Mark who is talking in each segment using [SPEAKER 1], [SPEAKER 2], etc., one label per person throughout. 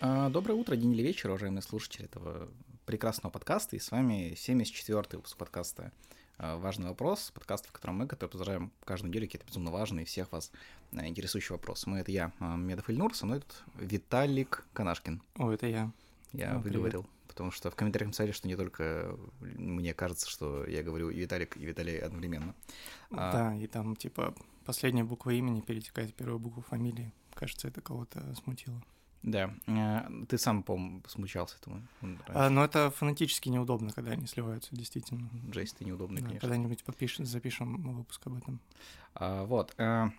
[SPEAKER 1] А, Доброе утро, день или вечер, уважаемые слушатели этого прекрасного подкаста. И с вами 74-й выпуск подкаста а, «Важный вопрос», подкаст, в котором мы, который обсуждаем каждую неделю какие-то безумно важные, всех вас а, интересующие вопросы. Мы — это я, Медов Ильнур, со мной тут Виталик Канашкин.
[SPEAKER 2] О, это я.
[SPEAKER 1] Я
[SPEAKER 2] О, привет.
[SPEAKER 1] выговорил. Потому что в комментариях написали, что не только мне кажется, что я говорю и Виталик, и Виталий одновременно. А,
[SPEAKER 2] Да, и там типа последняя буква имени перетекает в первую букву фамилии. Кажется, это кого-то смутило.
[SPEAKER 1] Да. Э, Ты сам, по-моему, смущался этому.
[SPEAKER 2] А, но это фонетически неудобно, когда они сливаются, действительно.
[SPEAKER 1] Джейс, ты неудобный,
[SPEAKER 2] Да,
[SPEAKER 1] конечно.
[SPEAKER 2] когда-нибудь подпишем, запишем выпуск об этом.
[SPEAKER 1] А, вот. э,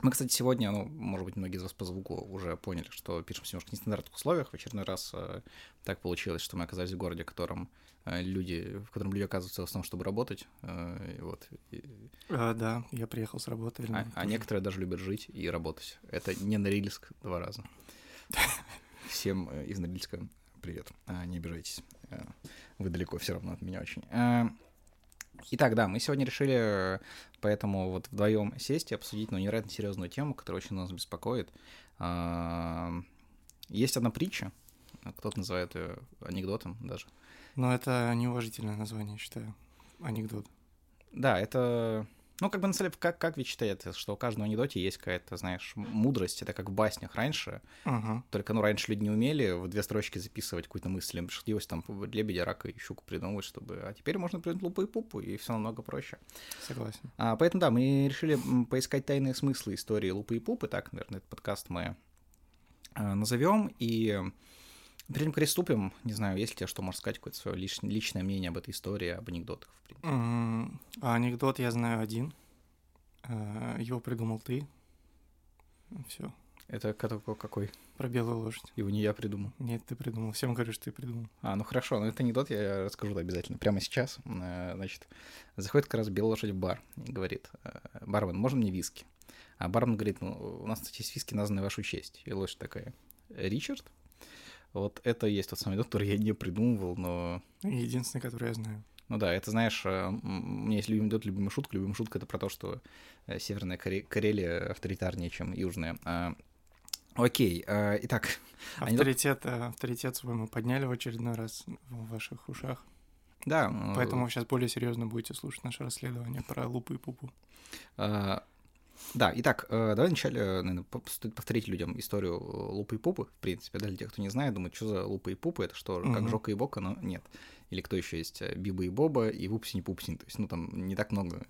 [SPEAKER 1] Мы, кстати, сегодня, ну, может быть, многие из вас по звуку уже поняли, что пишемся немножко в нестандартных условиях. В очередной раз э, так получилось, что мы оказались в городе, в котором э, люди, в котором люди оказываются в основном, чтобы работать. э, и вот. И-
[SPEAKER 2] А, да, я приехал с работы.
[SPEAKER 1] а,
[SPEAKER 2] вернее,
[SPEAKER 1] а
[SPEAKER 2] тоже.
[SPEAKER 1] некоторые даже любят жить и работать. Это не Норильск два раза. Всем э, из Норильска привет. А, Не обижайтесь. Э, Вы далеко все равно от меня очень. Э, Итак, да, мы сегодня решили э, поэтому вот вдвоем сесть и обсудить ну, невероятно серьезную тему, которая очень нас беспокоит. А, Есть одна притча, кто-то называет ее анекдотом даже.
[SPEAKER 2] Но это неуважительное название, я считаю. Анекдот.
[SPEAKER 1] Да, это... Ну, как бы, на самом деле, как, как ведь считается, что у каждого анекдоте есть какая-то, знаешь, мудрость. Это как в баснях раньше.
[SPEAKER 2] Ага.
[SPEAKER 1] Только, ну, раньше люди не умели в две строчки записывать какую-то мысль. Им пришлось там лебедя, рака и щуку придумывать, чтобы... А теперь можно придумать лупу и пупу, и все намного проще.
[SPEAKER 2] Согласен.
[SPEAKER 1] А, поэтому, да, мы решили м, поискать тайные смыслы истории Лупы и Пупы, так, наверное, этот подкаст мы а, назовем, и перед тем, как приступим, не знаю, есть ли у тебя что, можно сказать, какое-то свое лич- личное мнение об этой истории, об анекдотах, в принципе.
[SPEAKER 2] М, А анекдот я знаю один. А, Его придумал ты. Все.
[SPEAKER 1] Это ко- какой?
[SPEAKER 2] Про белую лошадь.
[SPEAKER 1] Его не я придумал.
[SPEAKER 2] Нет, ты придумал. Всем говорю, что ты придумал.
[SPEAKER 1] А, ну хорошо, ну этот анекдот я расскажу обязательно прямо сейчас. Э, Значит, заходит как раз белая лошадь в бар и говорит, э, бармен, можно мне виски? А бармен говорит, ну, у нас тут есть виски, названы в вашу честь. И лошадь такая, Ричард? Вот это и есть тот самый анекдот, который я не придумывал, но...
[SPEAKER 2] Единственный, который я знаю.
[SPEAKER 1] Ну да, это, знаешь, э, м, м, у меня есть любимый анекдот, любимая шутка. Любимая шутка — это про то, что э, Северная Коре- Карелия авторитарнее, чем Южная. А, Окей, э, итак, Анекдот-
[SPEAKER 2] Авторитет, э, авторитет свой мы подняли в очередной раз в ваших ушах.
[SPEAKER 1] да. э,
[SPEAKER 2] Поэтому вы сейчас более серьезно будете слушать наше расследование про лупу и пупу.
[SPEAKER 1] А, Да, итак, э, давай вначале, э, наверное, по- стоит повторить людям историю э, Лупы и Пупы, в принципе, да, для тех, кто не знает, думают, что за Лупы и Пупы, это что, как
[SPEAKER 2] Мгм.
[SPEAKER 1] Жока и Бока, но нет. Или кто еще есть, э, Биба и Боба и Вупсин и Пупсин, то есть, ну, там не так много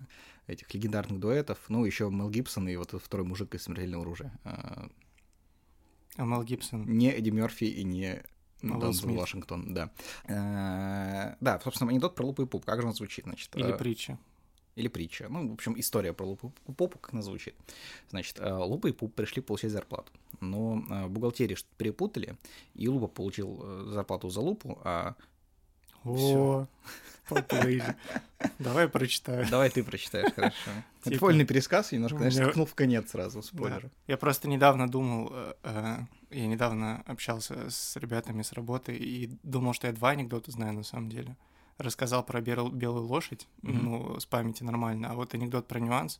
[SPEAKER 1] этих легендарных дуэтов, ну, еще Мел Гибсон и вот этот второй мужик из «Смертельного оружия». А,
[SPEAKER 2] А Мел Гибсон.
[SPEAKER 1] Не Эдди Мерфи и не
[SPEAKER 2] Уилл
[SPEAKER 1] Донсон
[SPEAKER 2] Смит.
[SPEAKER 1] Вашингтон, да. Э, Да, собственно, анекдот про Лупу и Пупу, как же он звучит, значит?
[SPEAKER 2] Или
[SPEAKER 1] э,
[SPEAKER 2] притча.
[SPEAKER 1] или притча. Ну, в общем, история про Лупу и Пупу, как она звучит. Значит, э, Лупа и Пуп пришли получать зарплату. Но э, в бухгалтерии что-то перепутали, и Лупа получил э, зарплату за Лупу, а...
[SPEAKER 2] О, поплыли. Давай прочитаю.
[SPEAKER 1] Давай ты прочитаешь, хорошо. Это
[SPEAKER 2] Типа.
[SPEAKER 1] вольный пересказ, я немножко, знаешь,
[SPEAKER 2] Да.
[SPEAKER 1] ткнул в конец сразу,
[SPEAKER 2] Да.
[SPEAKER 1] спойлер.
[SPEAKER 2] Я просто недавно думал, э, э, я недавно общался с ребятами с работы и думал, что я два анекдота знаю на самом деле. Рассказал про бел- белую лошадь,
[SPEAKER 1] Мгм.
[SPEAKER 2] ну, с памяти нормально, а вот анекдот про нюанс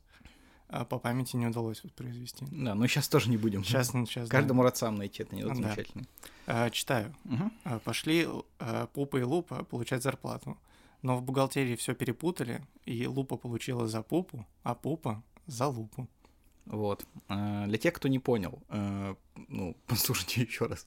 [SPEAKER 2] э, по памяти не удалось воспроизвести.
[SPEAKER 1] Да, но сейчас тоже не будем.
[SPEAKER 2] Сейчас, сейчас.
[SPEAKER 1] Каждый может сам найти, это не
[SPEAKER 2] Да.
[SPEAKER 1] замечательно.
[SPEAKER 2] ну, Э, Читаю.
[SPEAKER 1] Мгм.
[SPEAKER 2] Э, Пошли э, Пупа и Лупа получать зарплату. Но в бухгалтерии все перепутали, и Лупа получила за Пупу, а Пупа за Лупу.
[SPEAKER 1] Вот. А, Для тех, кто не понял, э, ну, послушайте еще раз.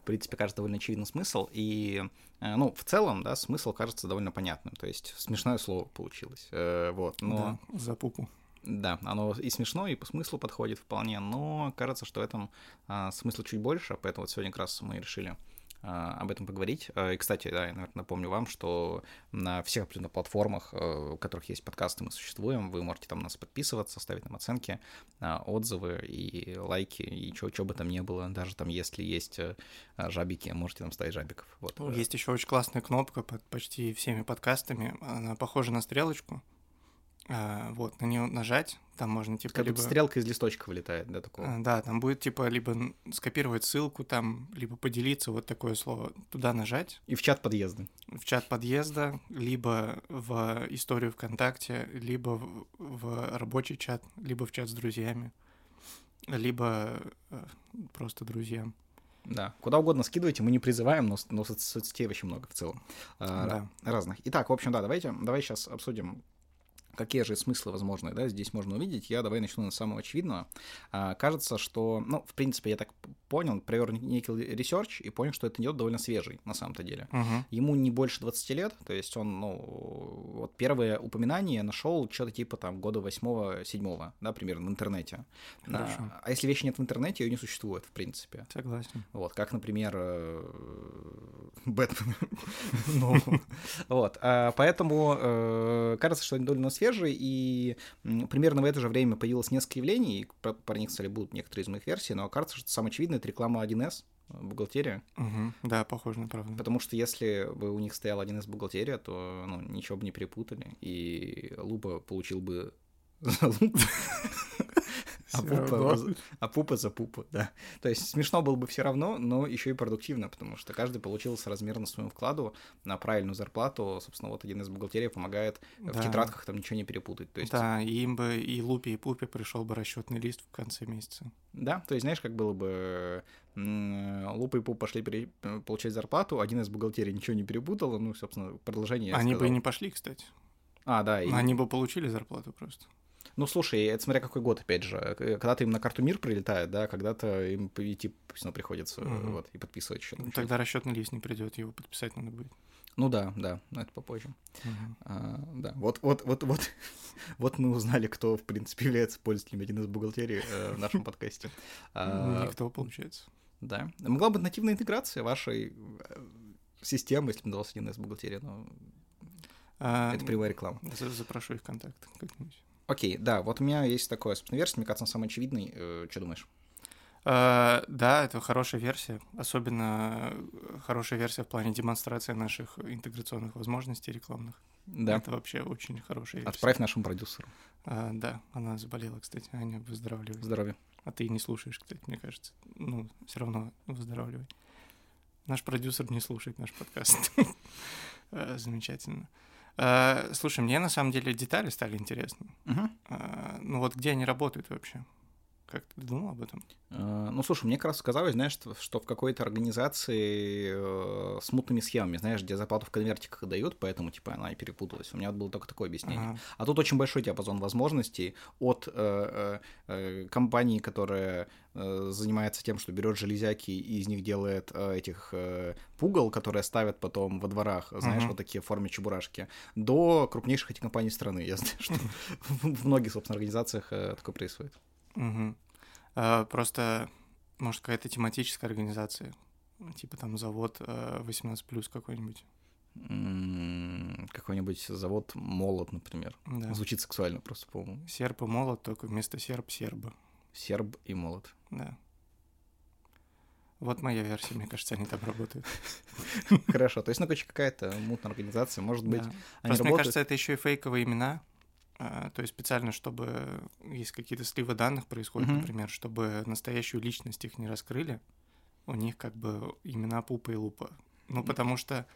[SPEAKER 1] В принципе, кажется, довольно очевидный смысл. И, э, ну, в целом, да, смысл кажется довольно понятным. То есть смешное слово получилось. Э, Вот. Но,
[SPEAKER 2] Да, за Пупу.
[SPEAKER 1] да. оно и смешно, и по смыслу подходит вполне. Но кажется, что в этом а, смысла чуть больше. Поэтому вот сегодня как раз мы решили а, об этом поговорить. Э, И, кстати, да, я, наверное, напомню вам, что на всех абсолютно платформах, э, у которых есть подкасты, мы существуем. Вы можете там нас подписываться, ставить нам оценки а, отзывы и лайки, и чего чё бы там не было, даже там, если есть э, а, жабики, можете нам ставить жабиков. Вот. э,
[SPEAKER 2] Ну, Есть еще очень классная кнопка под почти всеми подкастами. Она похожа на стрелочку. А, вот, на нее нажать, там можно типа
[SPEAKER 1] Как
[SPEAKER 2] либо...
[SPEAKER 1] будто стрелка из листочка вылетает, да, такого.
[SPEAKER 2] А, Да, там будет типа либо н- скопировать ссылку там, либо поделиться, вот такое слово. Туда нажать,
[SPEAKER 1] И в чат подъезда.
[SPEAKER 2] в чат подъезда, либо в историю ВКонтакте, либо в, в рабочий чат, либо в чат с друзьями, либо э, просто друзьям.
[SPEAKER 1] Да, куда угодно скидывайте, мы не призываем, но, но со- соцсетей очень много в целом э, разных. Итак, в общем, да, давайте, давай сейчас обсудим, какие же смыслы возможные, да, здесь можно увидеть. Я давай начну с самого очевидного. А, Кажется, что, ну, в принципе, я так п- понял, провел некий ресерч и понял, что это идет довольно свежий на самом-то деле.
[SPEAKER 2] Мгм.
[SPEAKER 1] Ему не больше 20 лет, то есть он, ну, вот первое упоминание нашел что-то типа там года 8-7, да, примерно в интернете.
[SPEAKER 2] Хорошо.
[SPEAKER 1] А, а если вещи нет в интернете, ее не существует, в принципе.
[SPEAKER 2] Согласен.
[SPEAKER 1] Вот, как, например, э, Бэтмен. Ну, Вот, а, поэтому э, кажется, что они довольно свежие, и м, примерно в это же время появилось несколько явлений, и про- про них, кстати, будут некоторые из моих версий, но кажется, что самое очевидное — это реклама 1С, э, бухгалтерия,
[SPEAKER 2] Мгм. Да, похоже на правду.
[SPEAKER 1] потому что если бы у них стоял 1С бухгалтерия, то ну, ничего бы не перепутали, и Лупа получил бы за Лупу. А
[SPEAKER 2] Всё
[SPEAKER 1] пупа
[SPEAKER 2] равно.
[SPEAKER 1] за- а пупа за пупу, да. То есть смешно было бы все равно, но еще и продуктивно, потому что каждый получил соразмерно своему вкладу на правильную зарплату. Собственно, вот один из бухгалтерий помогает в
[SPEAKER 2] Да.
[SPEAKER 1] тетрадках там ничего не перепутать. То есть, да.
[SPEAKER 2] Да, и им бы и Лупе, и Пупе пришел бы расчетный лист в конце месяца.
[SPEAKER 1] то есть знаешь, как было бы м, Лупа и Пуп пошли пере- э, получать зарплату, один из бухгалтерий ничего не перепутал, ну, собственно, продолжение я
[SPEAKER 2] Они бы и
[SPEAKER 1] сказал.
[SPEAKER 2] не пошли, кстати.
[SPEAKER 1] А, да, и-
[SPEAKER 2] Они бы получили зарплату просто.
[SPEAKER 1] Ну, слушай, это смотря какой год, опять же. К- э, Когда-то им на карту мир прилетает, да, когда-то им идти все равно приходится
[SPEAKER 2] Мгм.
[SPEAKER 1] вот, и подписывать еще.
[SPEAKER 2] Ну, Тогда расчетный лист не придет, его подписать надо будет.
[SPEAKER 1] Ну да, да, но это попозже.
[SPEAKER 2] Мгм.
[SPEAKER 1] А, да, вот, вот, вот, вот, вот мы узнали, кто, в принципе, является пользователем 1С бухгалтерии э, в нашем подкасте. А,
[SPEAKER 2] Ну, Никто, получается.
[SPEAKER 1] Да. Могла быть нативная интеграция вашей э, системы, если бы назывался 1С бухгалтерия, но
[SPEAKER 2] А,
[SPEAKER 1] это прямая реклама.
[SPEAKER 2] за- Запрошу их контакт как-нибудь.
[SPEAKER 1] Окей, да, вот у меня есть такое, собственно, версия, мне кажется, она самая очевидная. что думаешь?
[SPEAKER 2] А, Да, это хорошая версия, особенно э, хорошая версия в плане демонстрации наших интеграционных возможностей рекламных.
[SPEAKER 1] Да.
[SPEAKER 2] Это вообще очень хорошая версия.
[SPEAKER 1] Отправь нашему продюсеру.
[SPEAKER 2] А, Да, она заболела, кстати, Аня, выздоравливает.
[SPEAKER 1] Здоровья.
[SPEAKER 2] А ты не слушаешь, кстати, мне кажется. Ну, все равно выздоравливай. Наш продюсер не слушает наш подкаст. Э, Замечательно. Э, Слушай, мне на самом деле детали стали интересны.
[SPEAKER 1] Мгм.
[SPEAKER 2] Э, Ну вот где они работают вообще? Как ты думал об этом?
[SPEAKER 1] Э, Ну, слушай, мне как раз казалось, знаешь, что- что в какой-то организации э, с мутными схемами, знаешь, где зарплату в конвертиках дают, поэтому, типа, она и перепуталась. У меня вот было только такое объяснение.
[SPEAKER 2] Ага.
[SPEAKER 1] А тут очень большой диапазон возможностей от э, э, э, компании, которая э, занимается тем, что берет железяки и из них делает э, этих э, пугал, которые ставят потом во дворах, знаешь,
[SPEAKER 2] Мгм.
[SPEAKER 1] вот такие в форме чебурашки, до крупнейших этих компаний страны. Я знаю, что в многих, собственно, организациях э, такое происходит.
[SPEAKER 2] Мгм. Э, Просто, может, какая-то тематическая организация, типа там завод э, 18+, какой-нибудь.
[SPEAKER 1] М, какой-нибудь завод молот, например.
[SPEAKER 2] Да.
[SPEAKER 1] Звучит сексуально просто, по-моему.
[SPEAKER 2] Серп и молот, только вместо серп — сербы.
[SPEAKER 1] Серб и молот.
[SPEAKER 2] Да. Вот моя версия, мне кажется, они там работают.
[SPEAKER 1] Хорошо, то есть, ну, короче, какая-то мутная организация, может быть,
[SPEAKER 2] Да.
[SPEAKER 1] они
[SPEAKER 2] Просто мне
[SPEAKER 1] работают...
[SPEAKER 2] кажется, это еще и фейковые имена. а, То есть специально, чтобы есть какие-то сливы данных происходят,
[SPEAKER 1] Мгм.
[SPEAKER 2] например, чтобы настоящую личность их не раскрыли, у них как бы имена Пупа и Лупа. Ну, потому что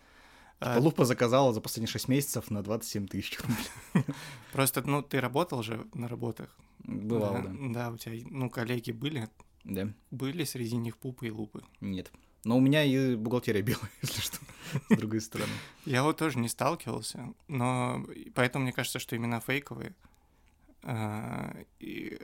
[SPEAKER 2] э,
[SPEAKER 1] Лупа заказала за последние 6 месяцев на 27 тысяч.
[SPEAKER 2] просто, ну, ты работал же на работах.
[SPEAKER 1] Бывало,
[SPEAKER 2] да?
[SPEAKER 1] да.
[SPEAKER 2] Да, у тебя, ну, коллеги были,
[SPEAKER 1] Да.
[SPEAKER 2] были среди них Пупы и Лупы.
[SPEAKER 1] Нет. Но у меня и бухгалтерия белая, если что, с другой стороны.
[SPEAKER 2] Я вот тоже не сталкивался, но и поэтому мне кажется, что имена фейковые. а, и,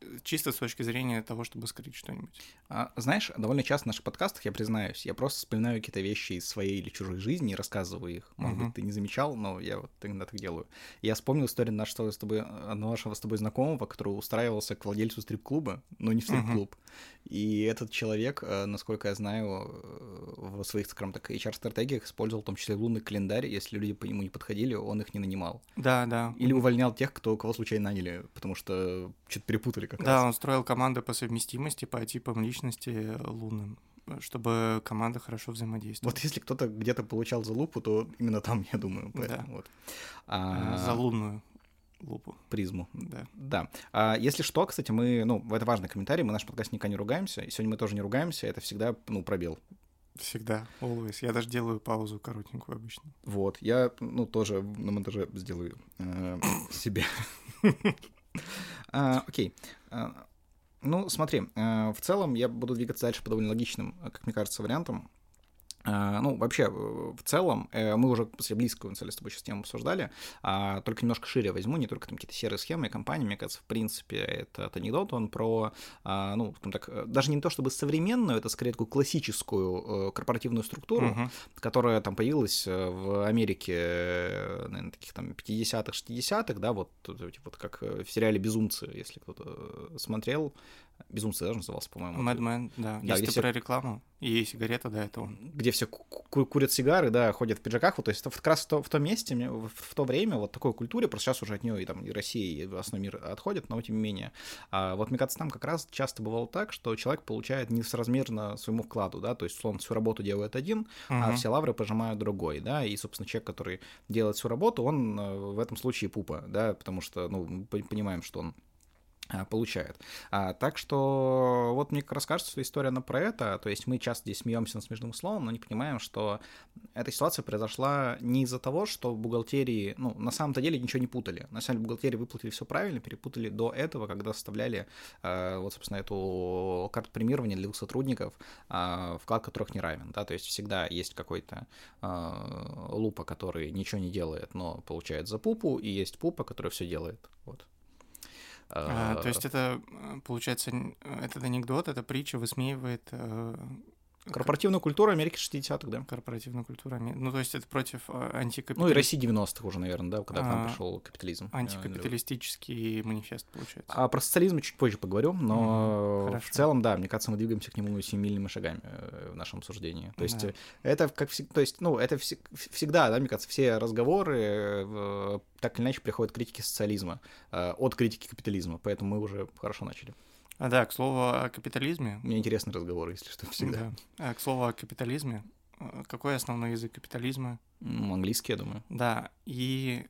[SPEAKER 2] э, чисто с точки зрения того, чтобы скрыть что-нибудь.
[SPEAKER 1] А, знаешь, довольно часто в наших подкастах, я признаюсь, я просто вспоминаю какие-то вещи из своей или чужой жизни и рассказываю их. Может
[SPEAKER 2] Мгм.
[SPEAKER 1] быть, ты не замечал, но я вот иногда так делаю. Я вспомнил историю нашего с тобой, одного нашего с тобой знакомого, который устраивался к владельцу стрип-клуба, но не в
[SPEAKER 2] Мгм.
[SPEAKER 1] стрип-клуб. И этот человек, э, насколько я знаю, э, в своих, скажем так, HR-стратегиях использовал в том числе лунный календарь. Если люди по нему не подходили, он их не нанимал.
[SPEAKER 2] Да, да.
[SPEAKER 1] Или увольнял тех, кто кого случайно наняли, потому что что-то перепутали как
[SPEAKER 2] Да,
[SPEAKER 1] раз.
[SPEAKER 2] он строил команды по совместимости, по типам личности лунным, чтобы команда хорошо взаимодействовала.
[SPEAKER 1] Вот если кто-то где-то получал за лупу, то именно там, я
[SPEAKER 2] Да.
[SPEAKER 1] думаю, поэтому вот.
[SPEAKER 2] Э,
[SPEAKER 1] А,
[SPEAKER 2] За лунную лупу,
[SPEAKER 1] призму.
[SPEAKER 2] да.
[SPEAKER 1] Да. А, если что, кстати, мы, ну, это важный комментарий, мы наш подкаст никогда не ругаемся, и сегодня мы тоже не ругаемся, это всегда, ну, пробел.
[SPEAKER 2] Всегда, always. Я даже делаю паузу коротенькую обычно.
[SPEAKER 1] Вот, я, ну, тоже на монтаже сделаю э, себе. А, Окей. А, Ну, смотри, э, в целом я буду двигаться дальше по довольно логичным, э, как мне кажется, вариантам. Э, Ну, вообще, э, в целом, э, мы уже после близкую цели с тобой сейчас тему обсуждали, а только немножко шире возьму, не только там какие-то серые схемы и компании, мне кажется, в принципе, этот анекдот, он про, а, ну, скажем так, э, даже не то чтобы современную, это скорее такую классическую э, корпоративную структуру,
[SPEAKER 2] Мгм.
[SPEAKER 1] которая там появилась э, в Америке, э, наверное, таких там 50-х, 60-х, да, вот, э, типа, вот как э, в сериале «Безумцы», если кто-то э, смотрел. «Безумцы» даже назывался, по-моему. вот,
[SPEAKER 2] Мэдмен, да.
[SPEAKER 1] Да,
[SPEAKER 2] Если
[SPEAKER 1] если-
[SPEAKER 2] ты про рекламу и сигарета, да, это он.
[SPEAKER 1] где все ку- ку- курят сигары, да, ходят в пиджаках, вот, то есть это вот как раз в то- в том месте, мне- в, в то время, вот такой культуре, просто сейчас уже от нее и там и Россия, и основной мир отходит, но тем не менее. А вот, мне кажется, там как раз часто бывало так, что человек получает несоразмерно своему вкладу, да, то есть, условно, всю работу делает один, а
[SPEAKER 2] Мгм.
[SPEAKER 1] все лавры пожимают другой, да, и, собственно, человек, который делает всю работу, он э, в этом случае пупа, да, потому что, ну, мы пон- понимаем, что он а, получает. А, так что вот мне как раз кажется, что история она про это, то есть мы часто здесь смеемся над смешным словом, но не понимаем, что эта ситуация произошла не из-за того, что в бухгалтерии, ну, на самом-то деле ничего не путали. На самом деле в бухгалтерии выплатили все правильно, перепутали до этого, когда составляли э, вот, собственно, эту карту премирования для двух сотрудников, а, вклад которых не равен, да, то есть всегда есть какой-то а, лупа, который ничего не делает, но получает за пупу, и есть пупа, который все делает, вот.
[SPEAKER 2] А,
[SPEAKER 1] А,
[SPEAKER 2] То есть это, э, получается, н- э, этот анекдот, эта притча высмеивает э,
[SPEAKER 1] Корпоративная культура Америки 60-х, да.
[SPEAKER 2] корпоративную культуру. Ами- Ну, то есть это против э, антикапитали-
[SPEAKER 1] Ну и России 90-х уже, наверное, да, когда к нам
[SPEAKER 2] А,
[SPEAKER 1] пришел капитализм. э, нулевых.
[SPEAKER 2] антикапиталистический манифест, получается.
[SPEAKER 1] А про социализм я чуть позже поговорим,
[SPEAKER 2] Мгм,
[SPEAKER 1] но
[SPEAKER 2] хорошо.
[SPEAKER 1] в целом, да, мне кажется, мы двигаемся к нему семимильными шагами э, в нашем обсуждении. То есть
[SPEAKER 2] Да.
[SPEAKER 1] э, это как всег- то есть, ну, это всег- всегда, да, мне кажется, все разговоры э, в- так или иначе приходят к критике социализма э, от критики капитализма, поэтому мы уже хорошо начали.
[SPEAKER 2] А, да, к слову о капитализме.
[SPEAKER 1] У меня интересный разговор, если что, всегда.
[SPEAKER 2] Да. А, к слову о капитализме. э, Какой основной язык капитализма?
[SPEAKER 1] М, Английский, я думаю.
[SPEAKER 2] Да, и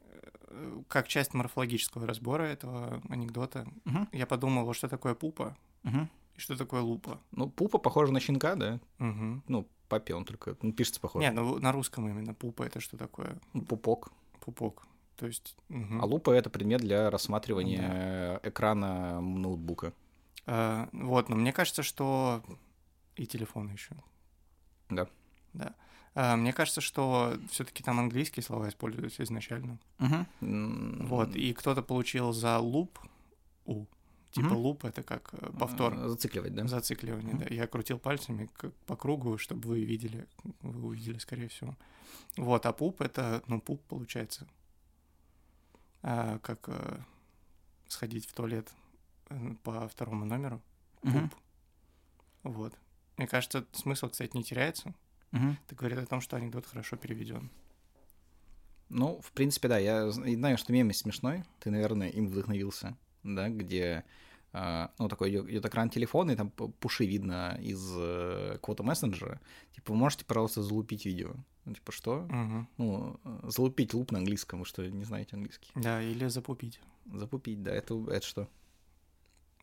[SPEAKER 2] э, как часть морфологического разбора этого анекдота,
[SPEAKER 1] Мгм,
[SPEAKER 2] я подумал, вот что такое пупа
[SPEAKER 1] мгм.
[SPEAKER 2] и что такое лупа.
[SPEAKER 1] Ну, пупа похожа на щенка, да?
[SPEAKER 2] Мгм.
[SPEAKER 1] Ну, папе он только, ну, пишется
[SPEAKER 2] Не,
[SPEAKER 1] похоже. Ну,
[SPEAKER 2] ну на русском именно пупа это что такое?
[SPEAKER 1] Пупок.
[SPEAKER 2] Пупок. То есть. мгм.
[SPEAKER 1] А лупа — это предмет для рассматривания э, экрана ноутбука.
[SPEAKER 2] Э, вот, но мне кажется, что и телефон еще.
[SPEAKER 1] Да.
[SPEAKER 2] Да. Э, мне кажется, что все-таки там английские слова используются изначально.
[SPEAKER 1] М,
[SPEAKER 2] Вот. И кто-то получил за луп у. Типа
[SPEAKER 1] Мгм.
[SPEAKER 2] луп это как э,
[SPEAKER 1] э,
[SPEAKER 2] повтор.
[SPEAKER 1] Зацикливать, да?
[SPEAKER 2] Зацикливание, да. Я крутил пальцами к- по кругу, чтобы вы видели, вы увидели, скорее всего. Вот, а пуп это, ну, пуп получается. А, как э, сходить в туалет э, по второму номеру.
[SPEAKER 1] Мгм,
[SPEAKER 2] Пуп. Вот. Мне кажется, смысл, кстати, не теряется.
[SPEAKER 1] мгм.
[SPEAKER 2] Это говорит о том, что анекдот хорошо переведен.
[SPEAKER 1] Ну, в принципе, да, я з- и знаю, что мем есть смешной. Ты, наверное, им вдохновился, да, где э, ну, такой идет, экран телефона, и там п- пуши видно из э, какого-то мессенджера. Типа, вы можете, пожалуйста, залупить видео. Ну, типа, что? Ну, э, залупить луп на английском, вы что, не знаете английский?
[SPEAKER 2] Да, или запупить.
[SPEAKER 1] Запупить, да, это, это что?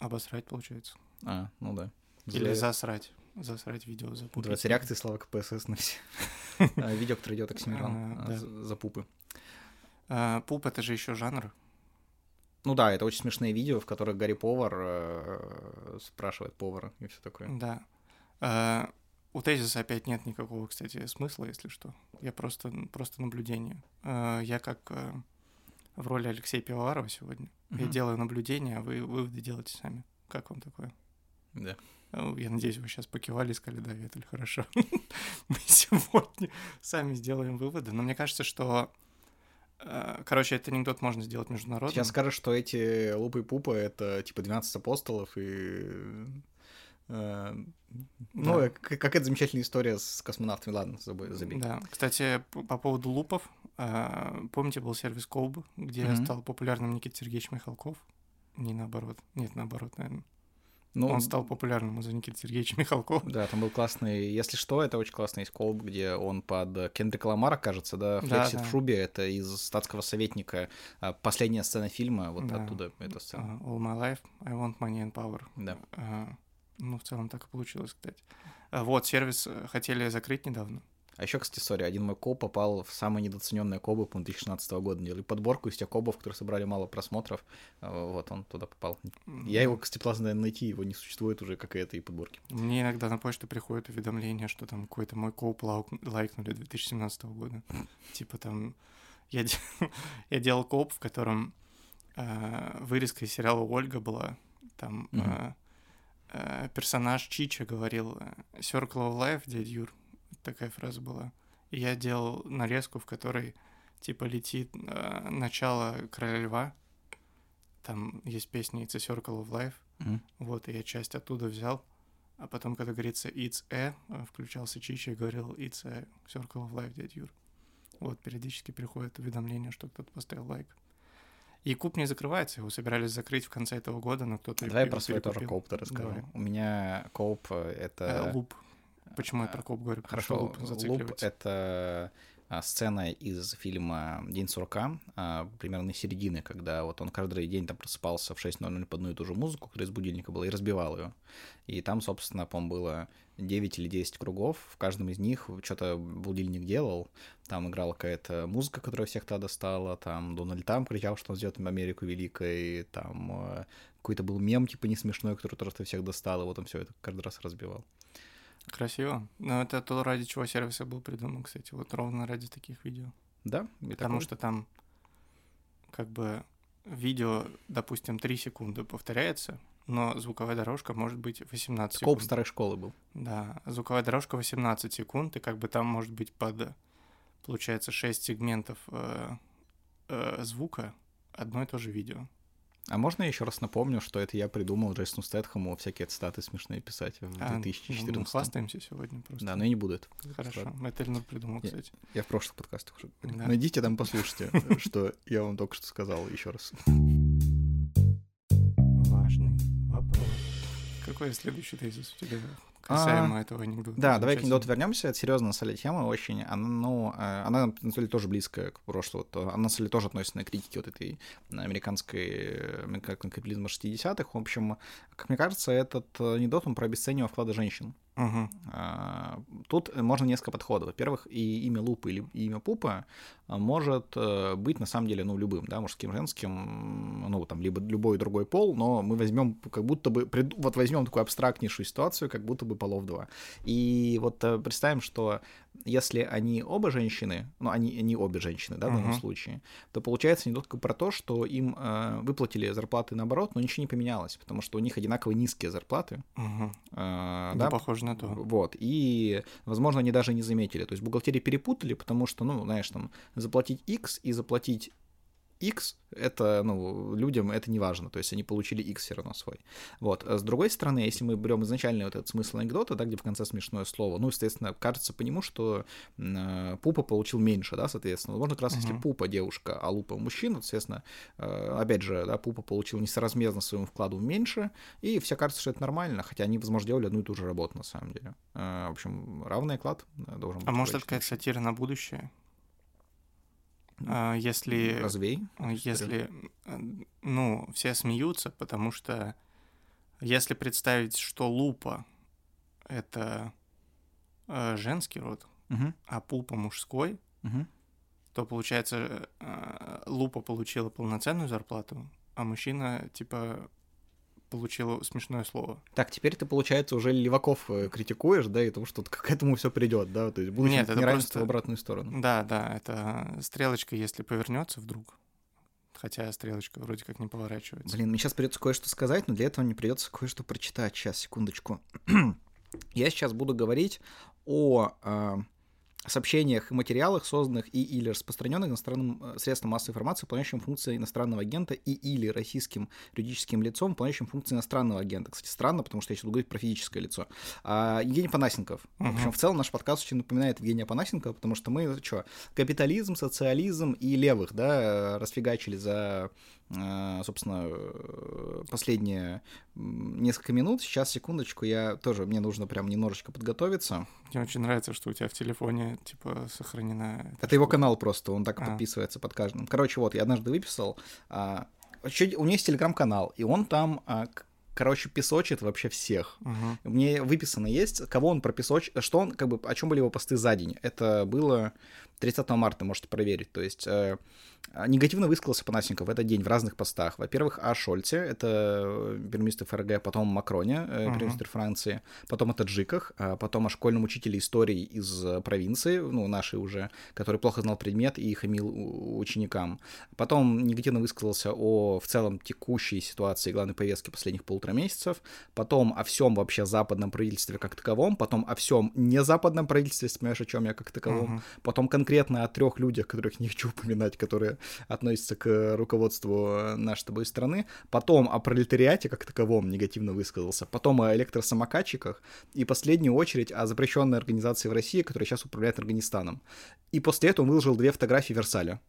[SPEAKER 2] Обосрать, получается.
[SPEAKER 1] А, ну да.
[SPEAKER 2] Или
[SPEAKER 1] Зле-
[SPEAKER 2] засрать. Засрать видео, запупить.
[SPEAKER 1] Называется реакции Слава КПСС на все. А, Видео, которое идет Оксимирон
[SPEAKER 2] А,
[SPEAKER 1] а,
[SPEAKER 2] да.
[SPEAKER 1] за за пупы.
[SPEAKER 2] А, пуп это же еще жанр.
[SPEAKER 1] Ну да, это очень смешные видео, в которых Гарри Повар э, спрашивает повара и все такое.
[SPEAKER 2] Да. Э, У тезиса опять нет никакого, кстати, смысла, если что. Я просто, просто наблюдение. Э, Я как э, в роли Алексея Пивоварова сегодня. Я
[SPEAKER 1] Мгм.
[SPEAKER 2] делаю наблюдение, а вы выводы делаете сами. Как вам такое?
[SPEAKER 1] Да.
[SPEAKER 2] Э, Я надеюсь, вы сейчас покивали и сказали, да, Ветель, хорошо. Мы сегодня сами сделаем выводы. Но мне кажется, что... э, Короче, этот анекдот можно сделать международным.
[SPEAKER 1] Сейчас скажешь, что эти лупы и пупы — это типа 12 апостолов и... э, Ну,
[SPEAKER 2] Да.
[SPEAKER 1] э, к- как эта замечательная история с космонавтами. Ладно, забы- забей.
[SPEAKER 2] Да. Кстати, п- по поводу лупов. э, Помните, был сервис Колб, где
[SPEAKER 1] Мгм.
[SPEAKER 2] стал популярным Никита Сергеевич Михалков? Не наоборот. Нет, наоборот, наверное.
[SPEAKER 1] Ну,
[SPEAKER 2] Он стал популярным из-за Никита Сергеевича Михалкова.
[SPEAKER 1] Да, там был классный, если что, это очень классный сколб, где он под Кендрика Ламара, кажется, да,
[SPEAKER 2] Да,
[SPEAKER 1] флексит
[SPEAKER 2] да.
[SPEAKER 1] в шубе, это из «Статского советника», а, последняя сцена фильма, вот
[SPEAKER 2] Да.
[SPEAKER 1] оттуда эта
[SPEAKER 2] Э,
[SPEAKER 1] сцена,
[SPEAKER 2] All my life, I want money and power. А,
[SPEAKER 1] да.
[SPEAKER 2] Э, Ну, в целом так и получилось, кстати. Э, Вот, сервис э, хотели закрыть недавно.
[SPEAKER 1] А еще, кстати, сори, один мой коб попал в самые недооцененные кобы, по 2016 года. Делали подборку из тех кобов, которые собрали мало просмотров. Э, Вот, он туда попал. Я его, кстати, план знаю найти, его не существует уже, как и этой подборки.
[SPEAKER 2] Мне иногда на почту приходит уведомление, что там какой-то мой коуп лау- лайкнули 2017 года. Типа там... Я, де- я делал коуп, в котором э, вырезка из сериала «Ольга» была. Там
[SPEAKER 1] Мгм.
[SPEAKER 2] э, э, персонаж Чича говорил э, «Circle of life, дядь Юр». Такая фраза была. И я делал нарезку, в которой типа летит э, начало «Короля льва». Там есть песня «It's a circle of life». Вот, и я часть оттуда взял. А потом, когда говорится «It's a», э, включался Чичи и говорил «It's a circle of life, дядь Юр». Вот, периодически приходит уведомление, что кто-то поставил лайк. И куб не закрывается, его собирались закрыть в конце этого года, но кто-то...
[SPEAKER 1] А Давай
[SPEAKER 2] его
[SPEAKER 1] про свой тоже
[SPEAKER 2] перекупил.
[SPEAKER 1] коп-то расскажу.
[SPEAKER 2] Давай.
[SPEAKER 1] У меня коп э, это...
[SPEAKER 2] Э, луп. Почему я про коп говорю? Потому что
[SPEAKER 1] Хорошо,
[SPEAKER 2] луп зацикливается.
[SPEAKER 1] это а, сцена из фильма «День сурка», а, примерно середины, когда вот он каждый день там просыпался в 6.00 под одну и ту же музыку, которая из будильника была, и разбивал ее. И там, собственно, по-моему, было 9 или 10 кругов, в каждом из них что-то будильник делал, там играла какая-то музыка, которая всех тогда достала, там Дональд Трамп кричал, что он сделает Америку великой, там э, какой-то был мем, типа, не смешной, который просто всех достал, и вот он все это каждый раз разбивал.
[SPEAKER 2] Красиво. Но это то, ради чего сервис и был придуман, кстати. Вот ровно ради таких видео.
[SPEAKER 1] Да? и
[SPEAKER 2] Потому
[SPEAKER 1] такое.
[SPEAKER 2] что там как бы видео, допустим, 3 секунды повторяется, но звуковая дорожка может быть 18 секунд.
[SPEAKER 1] Коп старой школы был.
[SPEAKER 2] Да, звуковая дорожка 18 секунд, и как бы там может быть под, получается, 6 сегментов э, э, звука одно и то же видео.
[SPEAKER 1] А можно я еще раз напомню, что это я придумал Джейсону Стэтхэму всякие цитаты смешные писать в
[SPEAKER 2] А, ну, Мы
[SPEAKER 1] 2014
[SPEAKER 2] хвастаемся сегодня просто.
[SPEAKER 1] Да, но я не буду это.
[SPEAKER 2] Хорошо, это Эльнур придумал,
[SPEAKER 1] Я-
[SPEAKER 2] кстати.
[SPEAKER 1] Я в прошлых подкастах уже говорил.
[SPEAKER 2] Да.
[SPEAKER 1] Найдите там, послушайте, что я вам только что сказал еще раз.
[SPEAKER 2] Важный вопрос. Какой следующий тезис у тебя касаемо этого анекдота?
[SPEAKER 1] А, Да, давай к
[SPEAKER 2] Замечательно.
[SPEAKER 1] анекдоту вернемся. Это серьезно, на самом деле, тема очень. Она, ну, э, она, на самом деле, тоже близкая к прошлому. То- Она, на самом деле, тоже относится на критике вот этой американской э, американского капитализма 60-х. В общем, как мне кажется, этот э, анекдот, он про обесценивание вклада женщин.
[SPEAKER 2] Мгм.
[SPEAKER 1] А, Тут можно несколько подходов. Во-первых, и имя Лупа или имя Пупа а, может э, быть на самом деле ну любым, да, мужским, женским, ну там либо любой другой пол, но мы возьмем как будто бы прид- вот возьмем такую абстрактнейшую ситуацию, как будто бы полов два. И вот э, представим, что если они оба женщины, ну они они обе женщины, да, в данном
[SPEAKER 2] Мгм.
[SPEAKER 1] случае, то получается не только про то, что им э, выплатили зарплаты наоборот, но ничего не поменялось, потому что у них одинаково низкие зарплаты,
[SPEAKER 2] Мгм.
[SPEAKER 1] э,
[SPEAKER 2] Ну,
[SPEAKER 1] да,
[SPEAKER 2] похоже на то.
[SPEAKER 1] вот, и, возможно, они даже не заметили. То есть бухгалтерии перепутали, потому что, ну, знаешь, там, заплатить X и заплатить X, это, ну, людям это не важно, то есть они получили X все равно свой. Вот, а с другой стороны, если мы берем изначально вот этот смысл анекдота, да, где в конце смешное слово, ну, естественно, кажется по нему, что м, э, Пупа получил меньше, да, соответственно. Возможно, как раз если
[SPEAKER 2] Мгм.
[SPEAKER 1] Пупа девушка, а Лупа мужчина, то, соответственно, э, опять же, да, Пупа получил несоразмерно своему вкладу меньше, и все кажется, что это нормально, хотя они, возможно, делали одну и ту же работу на самом деле. Э, В общем, равный оклад э, должен быть.
[SPEAKER 2] А
[SPEAKER 1] у
[SPEAKER 2] может, это
[SPEAKER 1] женщин.
[SPEAKER 2] какая-то сатира на будущее?
[SPEAKER 1] Ну,
[SPEAKER 2] А, Если, а,
[SPEAKER 1] Развей.
[SPEAKER 2] если, э, ну, все смеются, потому что если представить, что лупа — это э, женский род,
[SPEAKER 1] Мгм,
[SPEAKER 2] а пупа — мужской,
[SPEAKER 1] мгм.
[SPEAKER 2] то, получается, э, лупа получила полноценную зарплату, а мужчина, типа, получил смешное слово.
[SPEAKER 1] Так, теперь ты, получается, уже леваков э, критикуешь, да, и потому что вот к этому все придет, да, то есть будет
[SPEAKER 2] Нет, это
[SPEAKER 1] неравенство в
[SPEAKER 2] просто-
[SPEAKER 1] обратную сторону.
[SPEAKER 2] Да, да, это стрелочка, если повернется вдруг. Хотя стрелочка вроде как не поворачивается.
[SPEAKER 1] Блин, мне сейчас придется кое-что сказать, но для этого мне придется кое-что прочитать. Сейчас, секундочку. Я сейчас буду говорить о э, сообщениях и материалах, созданных и или распространенных иностранным э, средством массовой информации, выполняющим функции иностранного агента и или российским юридическим лицом, выполняющим функции иностранного агента. Кстати, странно, потому что я сейчас буду говорить про физическое лицо. А, Евгений Панасенков. В
[SPEAKER 2] Мгм.
[SPEAKER 1] общем, в целом наш подкаст очень напоминает Евгения Панасенкова, потому что мы, что, капитализм, социализм и левых, да, э, расфигачили за э, собственно, э, последние м, несколько минут. Сейчас, секундочку, я тоже, мне нужно прям немножечко подготовиться.
[SPEAKER 2] Мне очень нравится, что у тебя в телефоне, типа, сохранена... эта
[SPEAKER 1] Это его
[SPEAKER 2] штука.
[SPEAKER 1] канал просто, он так
[SPEAKER 2] А.
[SPEAKER 1] подписывается под каждым. Короче, вот, я однажды выписал. а, чё- у него есть телеграм-канал, и он там а, к- короче, песочит вообще всех.
[SPEAKER 2] Мгм.
[SPEAKER 1] Мне выписано есть, кого он пропесочил, что он, как бы, о чем были его посты за день. Это было 30 марта, можете проверить. То есть э, а, негативно высказался Панасенко в этот день в разных постах. Во-первых, о Шольце, это премьер-министр ФРГ, потом о Макроне, э,
[SPEAKER 2] Мгм.
[SPEAKER 1] премьер-министр Франции, потом о таджиках, а потом о школьном учителе истории из э, провинции, ну, нашей уже, который плохо знал предмет и хамил у- ученикам. Потом негативно высказался о в целом текущей ситуации главной повестки последних полутора месяцев, потом о всем вообще западном правительстве как таковом, потом о всем незападном правительстве, если понимаешь, о чем я как таковом,
[SPEAKER 2] Мгм.
[SPEAKER 1] потом конкретно о трех людях, которых не хочу упоминать, которые относятся к э, руководству э, нашей с тобой страны, потом о пролетариате как таковом негативно высказался, потом о электросамокатчиках и в последнюю очередь о запрещенной организации в России, которая сейчас управляет Афганистаном. И после этого он выложил две фотографии Версаля.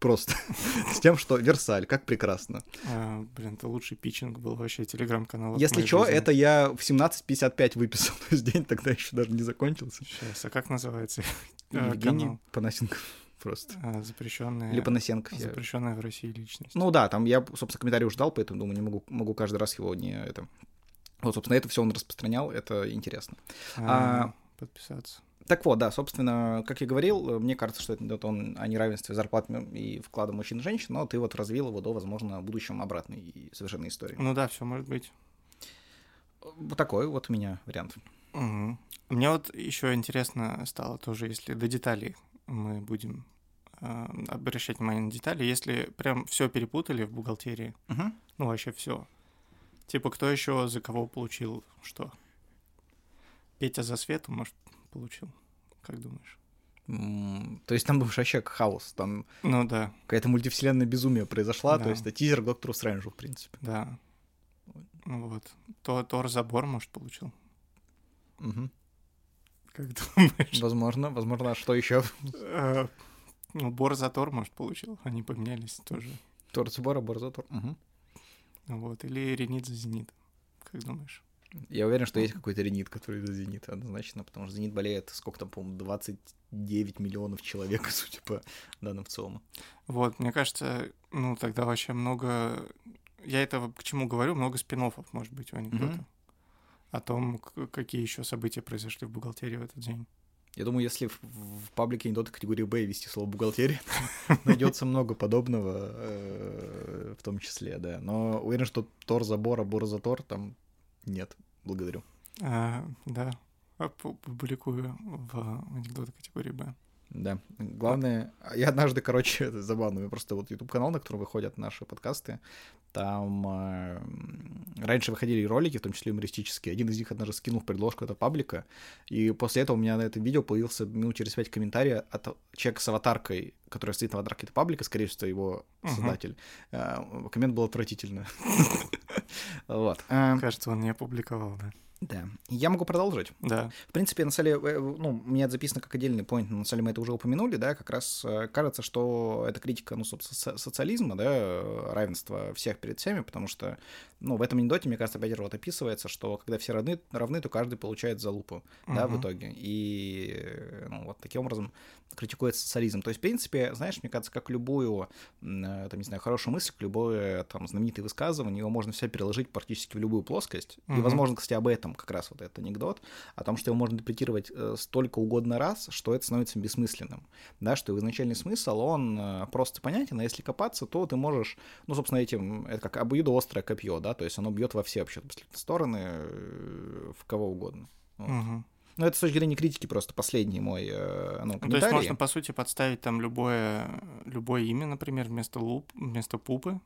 [SPEAKER 1] Просто с тем, что Версаль, как прекрасно.
[SPEAKER 2] А, Блин, это лучший питчинг был вообще телеграм-канал.
[SPEAKER 1] Если что, это я в 17.55 выписал, то есть день тогда еще даже не закончился.
[SPEAKER 2] Сейчас, а как называется? А, э,
[SPEAKER 1] Евгений Панасенко просто.
[SPEAKER 2] Запрещенная...
[SPEAKER 1] Или Панасенков. я-
[SPEAKER 2] Запрещенная А, в России личность.
[SPEAKER 1] Ну да, там я, собственно, комментарий уже дал, поэтому думаю, не могу, могу каждый раз его не это. Вот, собственно, это все он распространял, это интересно. а-
[SPEAKER 2] А, Подписаться.
[SPEAKER 1] Так вот, да, собственно, как я говорил, э, мне кажется, что это идет он о неравенстве зарплат и вклада мужчин и женщин, но ты вот развил его до, возможно, в будущем обратной и совершенно истории.
[SPEAKER 2] Ну да, все может быть.
[SPEAKER 1] Вот такой вот у меня вариант.
[SPEAKER 2] Мгм. Мне вот еще интересно стало тоже, если до деталей мы будем а, обращать внимание на детали, если прям все перепутали в бухгалтерии,
[SPEAKER 1] Мгм.
[SPEAKER 2] ну вообще все. Типа, кто еще за кого получил что? Петя за свету, может, получил? Как думаешь?
[SPEAKER 1] М, То есть там был вообще хаос, там
[SPEAKER 2] Ну да,
[SPEAKER 1] какая-то мультивселенная безумие произошла, то
[SPEAKER 2] Да.
[SPEAKER 1] есть это тизер к Доктору Стрэнджу, в принципе.
[SPEAKER 2] да. Ну Вот. То, Тор забор, может, получил?
[SPEAKER 1] Мгм.
[SPEAKER 2] Как думаешь?
[SPEAKER 1] Возможно, возможно, а что еще?
[SPEAKER 2] Э, Ну, Бор за Тор, может, получил. Они поменялись тоже.
[SPEAKER 1] Торцбора, Борзотор. Мгм.
[SPEAKER 2] Ну Вот. Или Ренит за Зенит. Как думаешь?
[SPEAKER 1] Я уверен, что есть какой-то Ренит, который за Зенит, однозначно, потому что Зенит болеет, сколько там, по-моему, 29 миллионов человек, судя по данным в целом.
[SPEAKER 2] Вот, мне кажется, ну, тогда вообще много... Я этого к чему говорю, много спин может быть, у анекдота.
[SPEAKER 1] Мгм.
[SPEAKER 2] О том, к- какие еще события произошли в бухгалтерии в этот день.
[SPEAKER 1] Я думаю, если в, в паблике анекдоты категории Б вести слово бухгалтерия, найдется много подобного, э, в том числе, да. Но уверен, что Тор забора, Бор за Тор там нет. Благодарю.
[SPEAKER 2] А, да, А, пу- публикую в анекдоты категории Б.
[SPEAKER 1] Да. Главное, я однажды, короче, это забавно, у меня просто вот YouTube канал, на котором выходят наши подкасты, там э, м, раньше выходили ролики, в том числе юмористические. Один из них однажды скинул в предложку это паблика, и после этого у меня на этом видео появился минут через пять комментария от человека с аватаркой, который стоит на аватарке этой паблика, скорее всего, его
[SPEAKER 2] Мгм.
[SPEAKER 1] создатель. Э, Коммент был отвратительно. Вот. Эм,
[SPEAKER 2] Кажется, он не опубликовал, да.
[SPEAKER 1] Да. Я могу продолжить.
[SPEAKER 2] Да,
[SPEAKER 1] В принципе, на самом деле, э, ну, у меня это записано как отдельный point, но на самом деле мы это уже упомянули, да, как раз э, кажется, что это критика, ну, собственно, со- социализма, да, э, равенства всех перед всеми, потому что, ну, в этом анекдоте, мне кажется, опять же, вот описывается, что когда все равны, равны то каждый получает залупу, да, в
[SPEAKER 2] Мгм.
[SPEAKER 1] итоге. И, э, ну, вот таким образом критикуется социализм. То есть, в принципе, знаешь, мне кажется, как любую, м, э, там, не знаю, хорошую мысль, любое, там, знаменитое высказывание, его можно все переложить практически в любую плоскость. И,
[SPEAKER 2] Мгм.
[SPEAKER 1] возможно, кстати, об этом как раз вот этот анекдот, о том, что его можно интерпретировать э, столько угодно раз, что это становится бессмысленным, да, что его изначальный смысл, он э, просто понятен, а если копаться, то ты можешь, ну, собственно, этим, это как обоюдоострое копье, да, то есть оно бьет во все вообще стороны, э, в кого угодно. Вот.
[SPEAKER 2] Мгм.
[SPEAKER 1] Ну, это с точки зрения критики просто последний мой, э, ну,
[SPEAKER 2] Ну, то есть
[SPEAKER 1] комментарий.
[SPEAKER 2] можно, по сути, подставить там любое, любое имя, например, вместо луп, вместо пупы.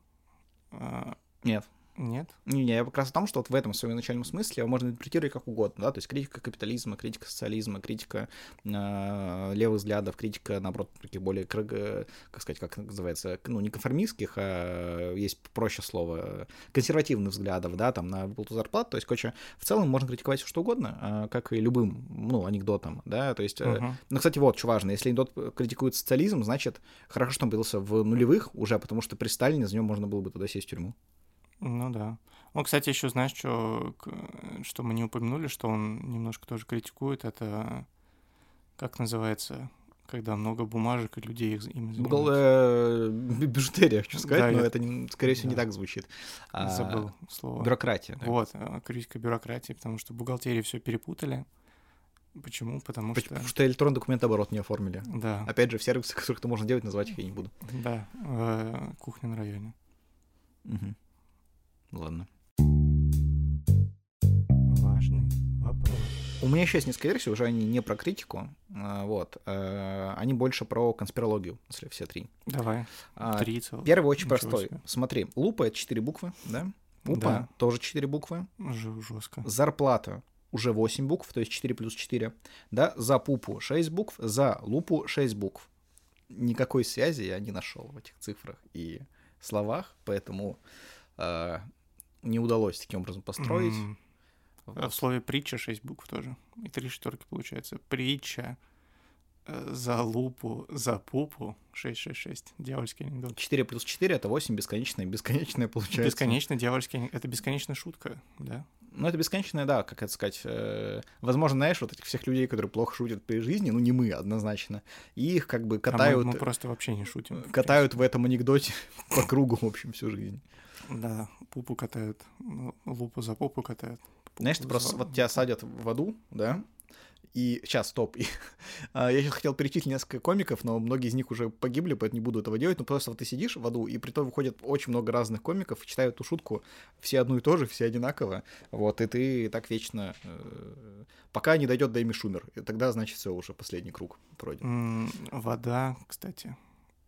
[SPEAKER 2] А,
[SPEAKER 1] Нет.
[SPEAKER 2] нет?
[SPEAKER 1] Не, не, я как раз о том, что вот в этом своем начальном смысле его можно интерпретировать как угодно, да, то есть критика капитализма, критика социализма, критика э, левых взглядов, критика, наоборот, таких более, крыг- э, как сказать, как называется, к- ну, не конформистских, а есть проще слово, э, консервативных взглядов, да, там, на выплату зарплат, то есть, короче, в целом можно критиковать все что угодно, э, как и любым, ну, анекдотом, да, то есть, э,
[SPEAKER 2] Мгм.
[SPEAKER 1] ну, кстати, вот что важно. Если анекдот критикует социализм, значит, хорошо, что он появился в нулевых уже, потому что при Сталине за него можно было бы туда сесть в тюрьму.
[SPEAKER 2] Ну да. Он, кстати, еще знаешь, что, что мы не упомянули, что он немножко тоже критикует, это как называется, когда много бумажек и людей их- им
[SPEAKER 1] Бухгал-
[SPEAKER 2] занимаются.
[SPEAKER 1] э, б- Бижутерия, хочу
[SPEAKER 2] Да,
[SPEAKER 1] сказать, но
[SPEAKER 2] я-
[SPEAKER 1] это, не- скорее всего, не
[SPEAKER 2] да.
[SPEAKER 1] так звучит. А,
[SPEAKER 2] Забыл слово.
[SPEAKER 1] Бюрократия. да.
[SPEAKER 2] Вот, э, критика бюрократии, потому что бухгалтерии все перепутали. Почему? Потому
[SPEAKER 1] Поч- а,
[SPEAKER 2] что...
[SPEAKER 1] Потому что электронный документ оборот не оформили.
[SPEAKER 2] Да,
[SPEAKER 1] Опять же, в сервисах, которых это можно делать, назвать их я не буду.
[SPEAKER 2] да, э, кухня на районе.
[SPEAKER 1] Мгм. Ладно.
[SPEAKER 2] Важный вопрос.
[SPEAKER 1] У меня еще есть несколько версий, уже они не про критику, а, вот, э, они больше про конспирологию, если все три.
[SPEAKER 2] Давай,
[SPEAKER 1] А,
[SPEAKER 2] три целых.
[SPEAKER 1] Первый очень
[SPEAKER 2] Ничего
[SPEAKER 1] простой.
[SPEAKER 2] себе.
[SPEAKER 1] Смотри, лупа — это четыре буквы, да? Пупа
[SPEAKER 2] Да.
[SPEAKER 1] тоже четыре буквы.
[SPEAKER 2] жестко.
[SPEAKER 1] Зарплата уже 8 букв, то есть 4 плюс 4. Да, за пупу 6 букв, за лупу 6 букв. Никакой связи я не нашел в этих цифрах и словах, поэтому э, не удалось таким образом построить.
[SPEAKER 2] А в слове притча 6 букв тоже. И три шестерки получается. Притча э, за лупу, за пупу 666. Дьявольский анекдот.
[SPEAKER 1] 4 плюс 4 это 8 бесконечное, бесконечное получается.
[SPEAKER 2] Бесконечно дьявольский ане- Это бесконечная шутка, да? А
[SPEAKER 1] Ну, это бесконечное, да, как это сказать. э, возможно, знаешь, вот этих всех людей, которые плохо шутят при жизни, ну, не мы однозначно, и их как бы
[SPEAKER 2] А мы-
[SPEAKER 1] катают, э,
[SPEAKER 2] мы, просто вообще не шутим. в
[SPEAKER 1] катают в этом анекдоте по кругу, в общем, всю жизнь.
[SPEAKER 2] принципе. Да, пупу катают, ну, лупу за попу катают. пупу
[SPEAKER 1] Знаешь, ты просто
[SPEAKER 2] за-
[SPEAKER 1] вот тебя садят в аду, да? И сейчас, стоп. И, а, я сейчас хотел перечислить несколько комиков, но многие из них уже погибли, поэтому не буду этого делать. Ну, просто вот ты сидишь в аду, и при том выходит очень много разных комиков, читают эту шутку, все одну и то же, все одинаково. Вот, и ты так вечно... э, пока не дойдет до Эми Шумер. И тогда, значит, все уже последний круг пройден.
[SPEAKER 2] М, Вода, кстати.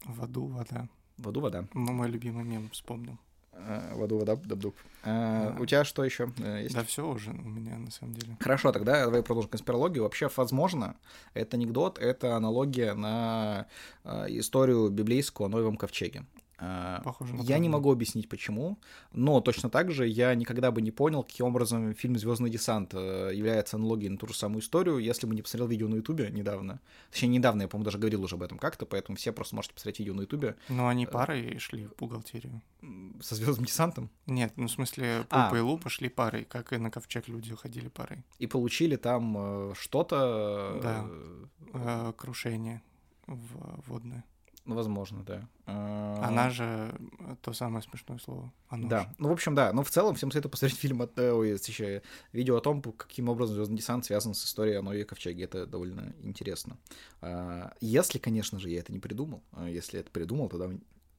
[SPEAKER 2] В аду вода.
[SPEAKER 1] В аду вода.
[SPEAKER 2] Ну, мой любимый мем вспомнил.
[SPEAKER 1] А, в аду вода, дабдуб. А,
[SPEAKER 2] Да.
[SPEAKER 1] У тебя что еще есть?
[SPEAKER 2] Да все уже у меня на самом деле.
[SPEAKER 1] Хорошо, тогда давай продолжим конспирологию. Вообще, возможно, это анекдот, это аналогия на э, историю библейскую о Новом Ковчеге. Э,
[SPEAKER 2] Похоже на
[SPEAKER 1] я
[SPEAKER 2] правду.
[SPEAKER 1] не могу объяснить, почему, но точно так же я никогда бы не понял, каким образом фильм Звездный десант э, является аналогией на ту же самую историю, если бы не посмотрел видео на Ютубе недавно. Точнее, недавно, я, по-моему, даже говорил уже об этом как-то, поэтому все просто можете посмотреть видео на Ютубе
[SPEAKER 2] Но они парой шли в бухгалтерию.
[SPEAKER 1] м, со Звездным десантом
[SPEAKER 2] Нет, ну в смысле, Пупа
[SPEAKER 1] А.
[SPEAKER 2] и Лупа шли парой, как и на ковчег люди ходили парой.
[SPEAKER 1] и получили там э, что-то.
[SPEAKER 2] Да.
[SPEAKER 1] э,
[SPEAKER 2] Э, крушение в водное.
[SPEAKER 1] ну, возможно, да. Э,
[SPEAKER 2] Она же э, то самое смешное слово. а Оно
[SPEAKER 1] Да,
[SPEAKER 2] же.
[SPEAKER 1] ну, в общем, да. Но в целом всем советую посмотреть фильм от... э, Ой, еще видео о том, по- каким образом «Звездный десант» связан с историей о Нове Ковчеге. Это довольно интересно. А, Если, конечно же, я это не придумал. А Если это придумал, тогда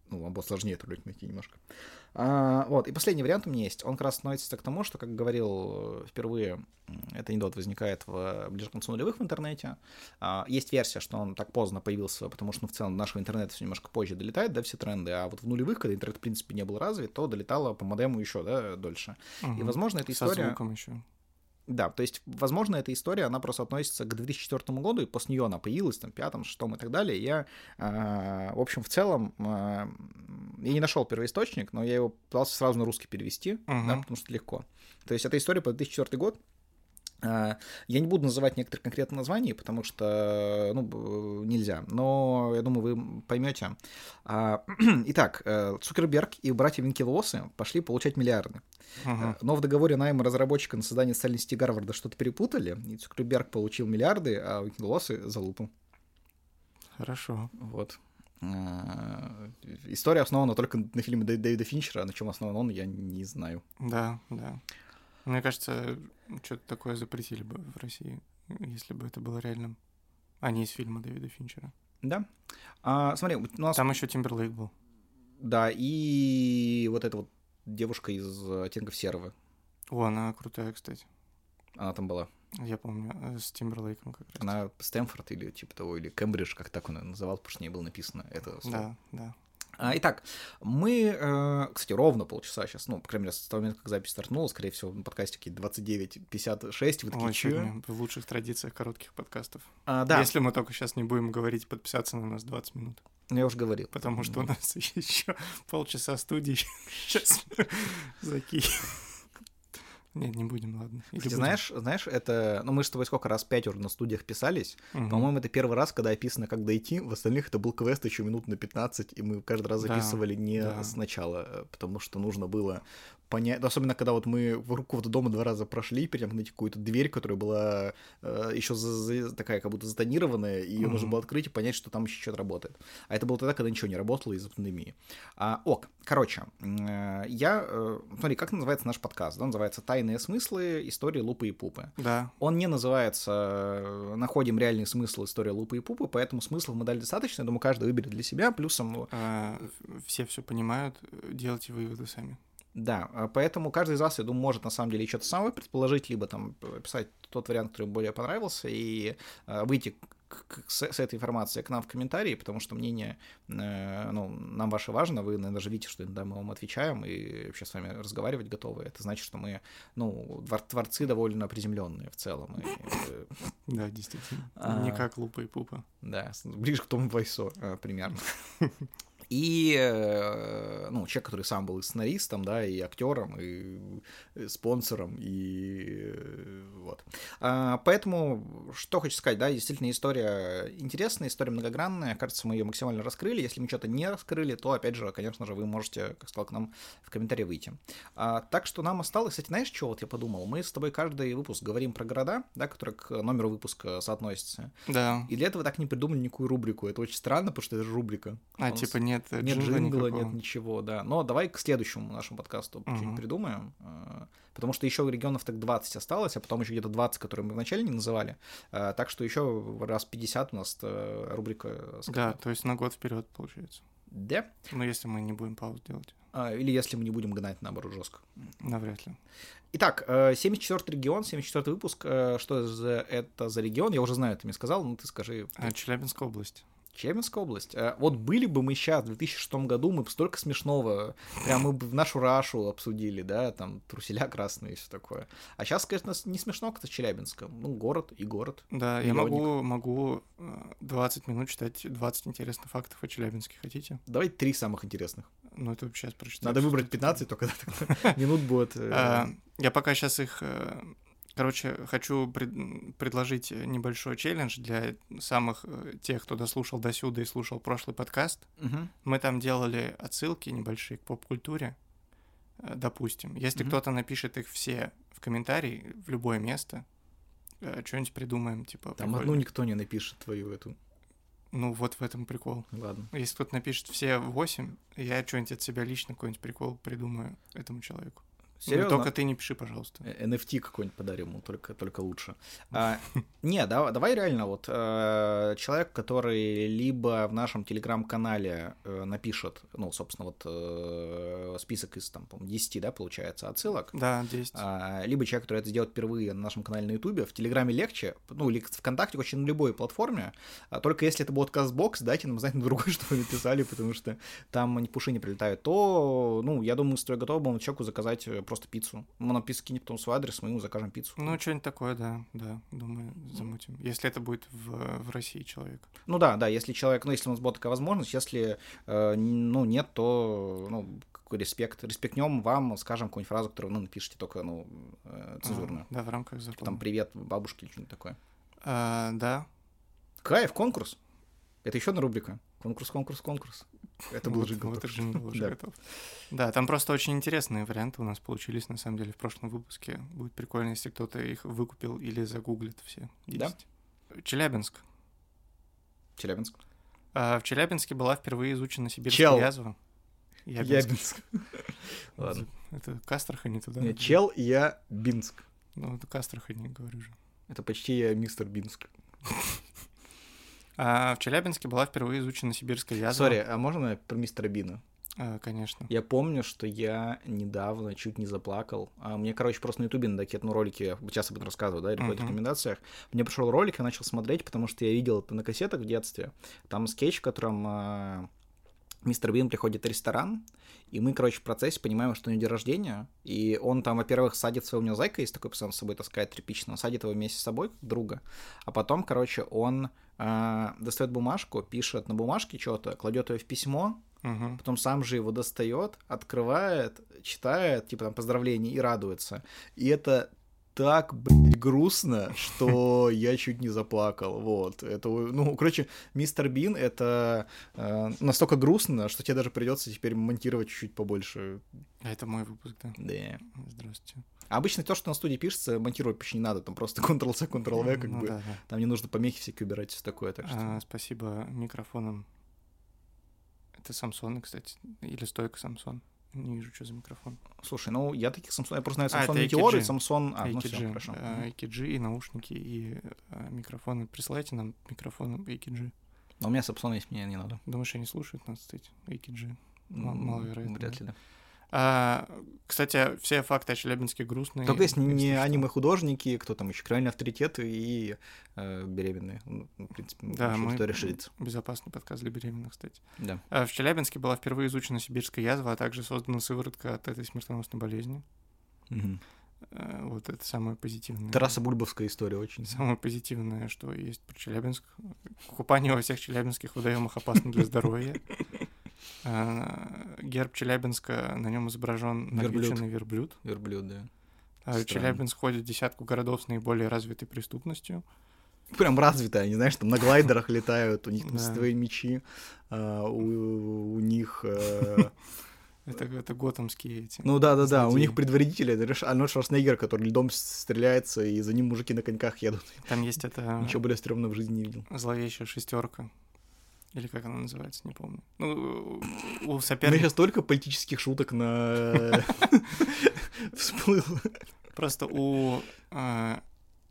[SPEAKER 1] ну, вам будет сложнее это ролик найти немножко. А, вот, и последний вариант у меня есть. Он как раз относится к тому, что, как говорил э, впервые, м, этот анекдот возникает в, э, ближе к концу нулевых в интернете. А, есть версия, что он так поздно появился, потому что ну, в целом до нашего интернета все немножко позже долетает, да, все тренды, а вот в нулевых, когда интернет, в принципе, не был развит, то долетало по модему еще, да, дольше.
[SPEAKER 2] Мгм.
[SPEAKER 1] И, возможно, эта
[SPEAKER 2] Со
[SPEAKER 1] история...
[SPEAKER 2] звуком еще.
[SPEAKER 1] Да, то есть, возможно, эта история, она просто относится к 2004 году, и после нее она появилась, там, пятом, шестом и так далее. Я, а, в общем, в целом, а, я не нашел первоисточник, но я его пытался сразу на русский перевести, да,
[SPEAKER 2] Мгм.
[SPEAKER 1] потому что легко. То есть, эта история по 2004 год, а, я не буду называть некоторые конкретные названия, потому что, ну, б- нельзя. Но я думаю, вы поймете. А, Итак, э, Цукерберг и братья Винкелосы пошли получать миллиарды.
[SPEAKER 2] Мгм.
[SPEAKER 1] Э, Но в договоре найма разработчика на создание социальной сети Гарварда что-то перепутали, и Цукерберг получил миллиарды, а Уикенлосы — за лупу.
[SPEAKER 2] Хорошо.
[SPEAKER 1] Вот. Э, История основана только на фильме Дэ- Дэвида Финчера, а на чем основан он, я не знаю.
[SPEAKER 2] Да, да. Мне кажется, что-то такое запретили бы в России, если бы это было реальным. А не из фильма Дэвида Финчера.
[SPEAKER 1] Да. А, смотри, у нас...
[SPEAKER 2] Там еще Тимберлейк был.
[SPEAKER 1] Да, и вот эта вот девушка из э, «Оттенков серого»,
[SPEAKER 2] О, она крутая, кстати.
[SPEAKER 1] она там была.
[SPEAKER 2] Я помню, э, с Тимберлейком как раз.
[SPEAKER 1] Она Стэнфорд или типа того, или Кембридж, как так он её называл, потому что не было написано это слово.
[SPEAKER 2] Да, да.
[SPEAKER 1] А, Итак, мы, э, кстати, ровно полчаса сейчас, ну, по крайней мере, с того момента, как запись стартнула, скорее всего, на подкасте какие-то 29.56, вы такие,
[SPEAKER 2] Ой,
[SPEAKER 1] «Чё?»
[SPEAKER 2] сегодня в лучших традициях коротких подкастов.
[SPEAKER 1] А, да,
[SPEAKER 2] Если мы только сейчас не будем говорить подписаться на нас 20 минут.
[SPEAKER 1] ну, я уже говорил.
[SPEAKER 2] Потому что у нас еще полчаса студии сейчас закинь. Нет, не будем, ладно. Или
[SPEAKER 1] Ты
[SPEAKER 2] будем?
[SPEAKER 1] знаешь, знаешь, это... Ну, мы же с тобой сколько раз, пять уже на студиях писались.
[SPEAKER 2] Мгм.
[SPEAKER 1] По-моему, это первый раз, когда описано, как дойти. В остальных это был квест еще минут на 15, и мы каждый раз
[SPEAKER 2] Да,
[SPEAKER 1] записывали не
[SPEAKER 2] да.
[SPEAKER 1] сначала, э, потому что нужно было понять... Особенно, когда вот мы вокруг вот дома два раза прошли, перемкнуть какую-то дверь, которая была э, еще такая как будто затонированная, и ее нужно
[SPEAKER 2] Мгм.
[SPEAKER 1] было открыть и понять, что там еще что-то работает. А это было тогда, когда ничего не работало из-за пандемии. А, ок, короче, м, э, я... э, Смотри, как называется наш подкаст? Да, называется «Тайные смыслы. Истории Лупы и Пупы».
[SPEAKER 2] Да.
[SPEAKER 1] Он не называется э, «Находим реальный смысл истории Лупы и Пупы», поэтому смыслов мы дали достаточно, я думаю, каждый выберет для себя, плюсом, э,
[SPEAKER 2] А, в- все все понимают, э, делайте выводы сами.
[SPEAKER 1] да, э, поэтому каждый из вас, я думаю, может на самом деле что-то самое предположить, либо там п- писать тот вариант, который более понравился, и э, выйти к- к- с, с этой информацией к нам в комментарии, потому что мнение, э, ну, нам ваше важно, вы, наверное, даже видите, что иногда мы вам отвечаем и вообще с вами разговаривать готовы, это значит, что мы, ну, двор- творцы довольно приземленные в целом, и, э,
[SPEAKER 2] Да, действительно.
[SPEAKER 1] А.
[SPEAKER 2] Не как лупа и пупа.
[SPEAKER 1] Да, с- ближе к Тому Вайсо э, примерно. И, э, ну, человек, который сам был и сценаристом, да, и актером, и э, спонсором, и э, вот. А, Поэтому, что хочу сказать, да, действительно история интересная, история многогранная, кажется, мы ее максимально раскрыли. Если мы что-то не раскрыли, то, опять же, конечно же, вы можете, как сказал, к нам в комментарии выйти. А, так что нам осталось, кстати, знаешь, чего вот я подумал? Мы с тобой каждый выпуск говорим про города, да, которые к номеру выпуска соотносятся.
[SPEAKER 2] Да.
[SPEAKER 1] И для этого так не придумали никакую рубрику. Это очень странно, потому что это же рубрика.
[SPEAKER 2] А,
[SPEAKER 1] Он
[SPEAKER 2] типа
[SPEAKER 1] с-
[SPEAKER 2] нет э,
[SPEAKER 1] нет
[SPEAKER 2] джингла
[SPEAKER 1] джингла,
[SPEAKER 2] никакого.
[SPEAKER 1] нет ничего, да. Но давай к следующему нашему подкасту что-нибудь
[SPEAKER 2] Мгм.
[SPEAKER 1] придумаем. э, Потому что еще регионов так 20 осталось, а потом еще где-то 20, которые мы вначале не называли. Э, Так что еще раз 50 у нас э, рубрика
[SPEAKER 2] Да,
[SPEAKER 1] скакнет.
[SPEAKER 2] то есть на год вперед получается.
[SPEAKER 1] Да.
[SPEAKER 2] Но если мы не будем пауз делать,
[SPEAKER 1] А, Или если мы не будем гнать, наоборот, жестко.
[SPEAKER 2] навряд ли.
[SPEAKER 1] Итак, э, 74 регион, 74 выпуск. Э, Что за- это за регион? Я уже знаю, ты мне сказал, но ты скажи.
[SPEAKER 2] А, Челябинская область.
[SPEAKER 1] Челябинская область. Э, Вот были бы мы сейчас, в 2006 году, мы бы столько смешного, прям мы бы в нашу рашу обсудили, да, там, труселя красные и все такое. А сейчас, конечно, не смешно как-то с Челябинском. Ну, город и город.
[SPEAKER 2] Да, я
[SPEAKER 1] Миллионник.
[SPEAKER 2] могу, могу э, 20 минут читать 20 интересных фактов о Челябинске. Хотите?
[SPEAKER 1] Давайте три самых интересных.
[SPEAKER 2] Ну, это сейчас прочитаю.
[SPEAKER 1] Надо
[SPEAKER 2] всё,
[SPEAKER 1] выбрать
[SPEAKER 2] что это
[SPEAKER 1] 15, только тогда минут будет. э,
[SPEAKER 2] А, Я пока сейчас их... э, Короче, хочу пред- предложить небольшой челлендж для самых э, тех, кто дослушал досюда и слушал прошлый подкаст.
[SPEAKER 1] мгм.
[SPEAKER 2] Мы там делали отсылки небольшие к поп-культуре, э, допустим. Если
[SPEAKER 1] Мгм.
[SPEAKER 2] кто-то напишет их все в комментарии, в любое место, э, что-нибудь придумаем, типа...
[SPEAKER 1] Там одну
[SPEAKER 2] прикольно.
[SPEAKER 1] никто не напишет твою эту.
[SPEAKER 2] Ну, вот в этом прикол.
[SPEAKER 1] Ладно.
[SPEAKER 2] Если кто-то напишет все восемь, я что-нибудь от себя лично, какой-нибудь прикол придумаю этому человеку. Ну,
[SPEAKER 1] Серьезно?
[SPEAKER 2] Только ты не пиши, пожалуйста.
[SPEAKER 1] Э, NFT какой-нибудь подарим ему, только, только лучше. А, не, да- давай реально вот э, человек, который либо в нашем телеграм-канале э, напишет, ну, собственно, вот э, список из, там, по-моему, 10, да, получается, отсылок,
[SPEAKER 2] Да, 10.
[SPEAKER 1] а, либо человек, который это сделает впервые на нашем канале на Ютубе, в Телеграме легче, ну или ВКонтакте, очень на любой платформе, а только если это будет Казбокс, дайте нам знать на другой, что вы написали, потому что там они пуши не прилетают, то, ну, я думаю, стоит готовому человеку заказать э, просто пиццу. Мы написки не потом свой адрес, мы ему закажем пиццу.
[SPEAKER 2] Ну, что-нибудь такое, да, да, думаю, замутим. Если это будет в, в России человек.
[SPEAKER 1] Ну да, да, если человек, ну если у нас была такая возможность, если, э, н- ну, нет, то, ну, какой респект, респектнем вам, скажем какую-нибудь фразу, которую, ну, напишите только, ну, э,
[SPEAKER 2] А,
[SPEAKER 1] цензурную.
[SPEAKER 2] Да, в рамках закона.
[SPEAKER 1] Там привет бабушке или что-нибудь такое.
[SPEAKER 2] А, да.
[SPEAKER 1] Кайф, конкурс. Это еще одна рубрика. Конкурс, конкурс, конкурс. Это был
[SPEAKER 2] вот,
[SPEAKER 1] джингл.
[SPEAKER 2] вот
[SPEAKER 1] только
[SPEAKER 2] и
[SPEAKER 1] что.
[SPEAKER 2] джингл уже
[SPEAKER 1] Да.
[SPEAKER 2] готов. Да, там просто очень интересные варианты у нас получились, на самом деле, в прошлом выпуске. Будет прикольно, если кто-то их выкупил или загуглит все.
[SPEAKER 1] Да.
[SPEAKER 2] 10. Челябинск.
[SPEAKER 1] Челябинск.
[SPEAKER 2] А, в Челябинске была впервые изучена сибирская
[SPEAKER 1] Чел.
[SPEAKER 2] язва. Ябинск.
[SPEAKER 1] Ябинск. Ладно.
[SPEAKER 2] Это к Астрахани туда.
[SPEAKER 1] Не, Чел, я Бинск.
[SPEAKER 2] Ну, это к Астрахани, говорю же.
[SPEAKER 1] Это почти я мистер Бинск.
[SPEAKER 2] А, в Челябинске была впервые изучена сибирская язва.
[SPEAKER 1] Сори, а можно про мистера Бина?
[SPEAKER 2] А, конечно.
[SPEAKER 1] Я помню, что я недавно чуть не заплакал. А, Мне, короче, просто на Ютубе на такие ну, ролики, я сейчас об этом рассказываю, да, или в
[SPEAKER 2] Мгм.
[SPEAKER 1] рекомендациях. Мне пришел ролик, я начал смотреть, потому что я видел это на кассетах в детстве. Там скетч, в котором а, Мистер Бин приходит в ресторан, и мы, короче, в процессе понимаем, что у него день рождения, и он там, во-первых, садит своего, у него зайка есть такой пацан с собой таскает тряпично, он садит его вместе с собой, как друга, а потом, короче, он э, достает бумажку, пишет на бумажке что-то, кладет ее в письмо,
[SPEAKER 2] Мгм.
[SPEAKER 1] потом сам же его достает, открывает, читает, типа там поздравления и радуется. И это так, блядь, грустно, что я чуть не заплакал, вот. Это, ну, короче, Мистер Бин — это э, настолько грустно, что тебе даже придется теперь монтировать чуть-чуть побольше.
[SPEAKER 2] А Это мой выпуск, да.
[SPEAKER 1] Да.
[SPEAKER 2] Здравствуйте.
[SPEAKER 1] А обычно то, что на студии пишется, монтировать почти не надо, там просто Ctrl-C, Ctrl-V, как
[SPEAKER 2] Ну
[SPEAKER 1] бы.
[SPEAKER 2] да, да.
[SPEAKER 1] Там не нужно помехи всякие убирать, все такое, так что...
[SPEAKER 2] А, Спасибо микрофонам. Это Самсоны, кстати. Или стойка Самсон. Не вижу, что за микрофон.
[SPEAKER 1] Слушай, ну, я таких Samsung... Я просто знаю
[SPEAKER 2] А, это
[SPEAKER 1] Samsung Meteor и
[SPEAKER 2] AKG.
[SPEAKER 1] Samsung... А, ну
[SPEAKER 2] AKG,
[SPEAKER 1] всё, хорошо.
[SPEAKER 2] э, AKG и наушники, и э, микрофоны. Присылайте нам микрофоны AKG.
[SPEAKER 1] Но у меня Samsung есть, мне не надо.
[SPEAKER 2] Думаешь, они слушают нас, кстати, AKG? М-
[SPEAKER 1] М,
[SPEAKER 2] маловероятно,
[SPEAKER 1] Вряд
[SPEAKER 2] да.
[SPEAKER 1] ли, да.
[SPEAKER 2] А, кстати, все факты о Челябинске грустные.
[SPEAKER 1] Только есть
[SPEAKER 2] если
[SPEAKER 1] не
[SPEAKER 2] что.
[SPEAKER 1] аниме-художники, кто там еще, крайне авторитеты и э, беременные. Ну, В принципе,
[SPEAKER 2] Да,
[SPEAKER 1] наша
[SPEAKER 2] мы-
[SPEAKER 1] история ширится.
[SPEAKER 2] Безопасный подкаст для беременных, кстати.
[SPEAKER 1] Да.
[SPEAKER 2] А, В Челябинске была впервые изучена сибирская язва, а также создана сыворотка от этой смертоносной болезни. Э, Вот это самое позитивное.
[SPEAKER 1] Тараса Бульбовская история очень.
[SPEAKER 2] Самое позитивное, что есть про Челябинск. Купание во всех челябинских водоемах опасно для здоровья. А, Герб Челябинска, на нем изображен
[SPEAKER 1] Верблюд.
[SPEAKER 2] нагреченный верблюд.
[SPEAKER 1] Верблюд, да.
[SPEAKER 2] А в
[SPEAKER 1] Странно.
[SPEAKER 2] Челябинск входит в десятку городов с наиболее развитой преступностью.
[SPEAKER 1] Прям развитая, они, знаешь, там на глайдерах летают, у них там
[SPEAKER 2] Да.
[SPEAKER 1] свои мечи, а, у, у них... э,
[SPEAKER 2] Это, это готэмские эти.
[SPEAKER 1] Ну да-да-да, у
[SPEAKER 2] Злодеи.
[SPEAKER 1] них предварители, это же Арнольд Шварценеггер, который льдом с- стреляется, и за ним мужики на коньках едут.
[SPEAKER 2] Там есть это
[SPEAKER 1] Ничего более стрёмного в жизни не видел.
[SPEAKER 2] зловещая шестерка. Или как она называется, не помню. Ну, у
[SPEAKER 1] У меня
[SPEAKER 2] соперников...
[SPEAKER 1] сейчас столько политических шуток на... всплыло.
[SPEAKER 2] Просто у э,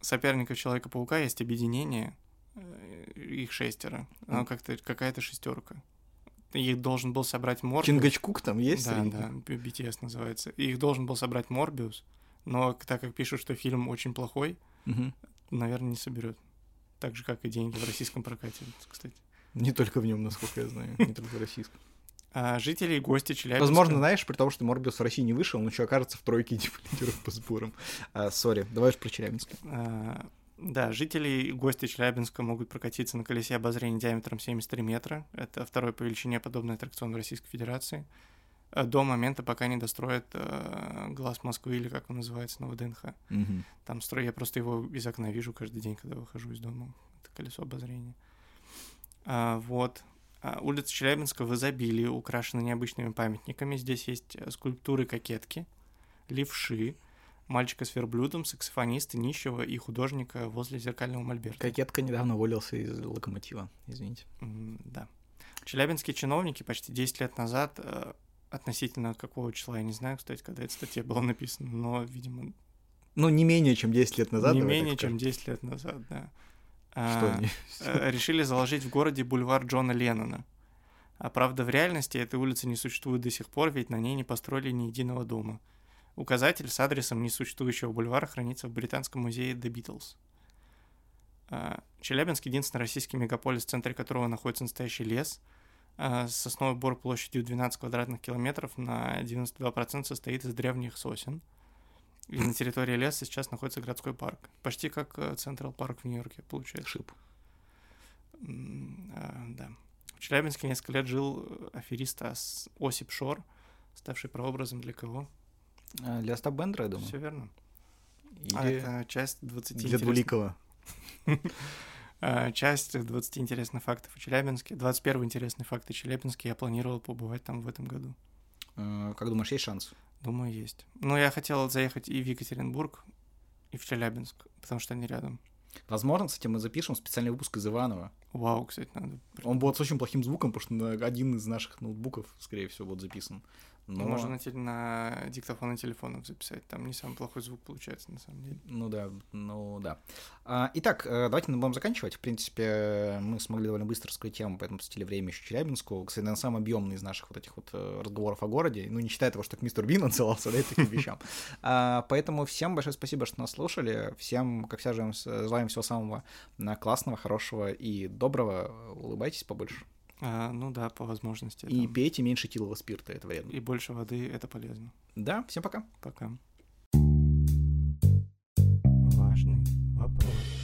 [SPEAKER 2] соперников Человека-паука есть объединение, э, их шестеро, но
[SPEAKER 1] Мгм.
[SPEAKER 2] как-то какая-то шестерка. Их должен был собрать Морбиус.
[SPEAKER 1] Чингачкук там есть?
[SPEAKER 2] Да,
[SPEAKER 1] среди
[SPEAKER 2] да,
[SPEAKER 1] них?
[SPEAKER 2] Б- BTS называется. Их должен был собрать Морбиус, но к- так как пишут, что фильм очень плохой,
[SPEAKER 1] Мгм.
[SPEAKER 2] наверное, не соберет. Так же, как и деньги в российском прокате, кстати.
[SPEAKER 1] Не только в нем, насколько я знаю, не только в российском.
[SPEAKER 2] А, жители и гости Челябинска...
[SPEAKER 1] Возможно, знаешь, при том, что Морбиус в России не вышел, он еще окажется в тройке типа лидеров по сборам. А, Сори, давай уж про Челябинск.
[SPEAKER 2] А, Да, жители и гости Челябинска могут прокатиться на колесе обозрения диаметром 73 метра. Это второй по величине подобный аттракцион в Российской Федерации. А, До момента, пока не достроят э, глаз Москвы, или как он называется, на ВДНХ. Там строй, я просто его из окна вижу каждый день, когда выхожу из дома. Это колесо обозрения. А, вот. А, улица Челябинска в изобилии украшена необычными памятниками. Здесь есть э, скульптуры кокетки, левши, мальчика с верблюдом, саксофониста, нищего и художника возле зеркального мольберта.
[SPEAKER 1] Кокетка недавно уволился из локомотива, извините.
[SPEAKER 2] М, Да. Челябинские чиновники почти 10 лет назад, э, относительно какого числа, я не знаю, кстати, когда эта статья была написана, но, видимо,
[SPEAKER 1] Ну, не менее чем 10 лет назад.
[SPEAKER 2] не
[SPEAKER 1] давай так
[SPEAKER 2] менее чем
[SPEAKER 1] скажем.
[SPEAKER 2] 10 лет назад, да.
[SPEAKER 1] Что
[SPEAKER 2] А,
[SPEAKER 1] они?
[SPEAKER 2] э, решили заложить в городе бульвар Джона Леннона. А правда, в реальности этой улицы не существует до сих пор, ведь на ней не построили ни единого дома. Указатель с адресом несуществующего бульвара хранится в Британском музее The Beatles. А, Челябинск — единственный российский мегаполис, в центре которого находится настоящий лес. А, Сосновый бор площадью 12 квадратных километров на 92% состоит из древних сосен. И на территории леса сейчас находится городской парк. Почти как э, Централ парк в Нью-Йорке, получается.
[SPEAKER 1] Шип.
[SPEAKER 2] М, а, Да. В Челябинске несколько лет жил э, аферист Ас- Осип Шор, ставший прообразом для кого?
[SPEAKER 1] А, Для Остап Бендера, я думаю.
[SPEAKER 2] Все верно. А
[SPEAKER 1] Или
[SPEAKER 2] это часть 20
[SPEAKER 1] для
[SPEAKER 2] интересных-
[SPEAKER 1] Двуликова.
[SPEAKER 2] а, часть 20 интересных фактов о Челябинске. 21 интересный факт о Челябинске. Я планировал побывать там в этом году.
[SPEAKER 1] Э, Как думаешь, есть шанс?
[SPEAKER 2] Думаю, есть. Но я хотел заехать и в Екатеринбург, и в Челябинск, потому что они рядом.
[SPEAKER 1] Возможно, кстати, мы запишем специальный выпуск из Иванова.
[SPEAKER 2] Вау, кстати, надо.
[SPEAKER 1] Он будет с очень плохим звуком, потому что на один из наших ноутбуков, скорее всего, будет записан. Но...
[SPEAKER 2] Можно на, теле- на диктофоны телефонов записать. Там не самый плохой звук получается, на самом деле.
[SPEAKER 1] Ну да, ну да. А, Итак, э, давайте мы будем заканчивать. В принципе, э, мы смогли довольно быстро раскрыть тему, поэтому посетили время еще Челябинску. Кстати, наверное, самый объемный из наших вот этих вот э, разговоров о городе. Ну, не считая того, что к мистеру Бин отсылался, да, и таким вещам. А, Поэтому всем большое спасибо, что нас слушали. Всем, как всегда, желаем- желаем всего самого э, классного, хорошего и доброго. Улыбайтесь побольше.
[SPEAKER 2] А, ну да, по возможности.
[SPEAKER 1] И
[SPEAKER 2] там.
[SPEAKER 1] пейте меньше тилового спирта, это вредно.
[SPEAKER 2] и больше воды это полезно.
[SPEAKER 1] Да, всем пока.
[SPEAKER 2] Пока. Важный вопрос.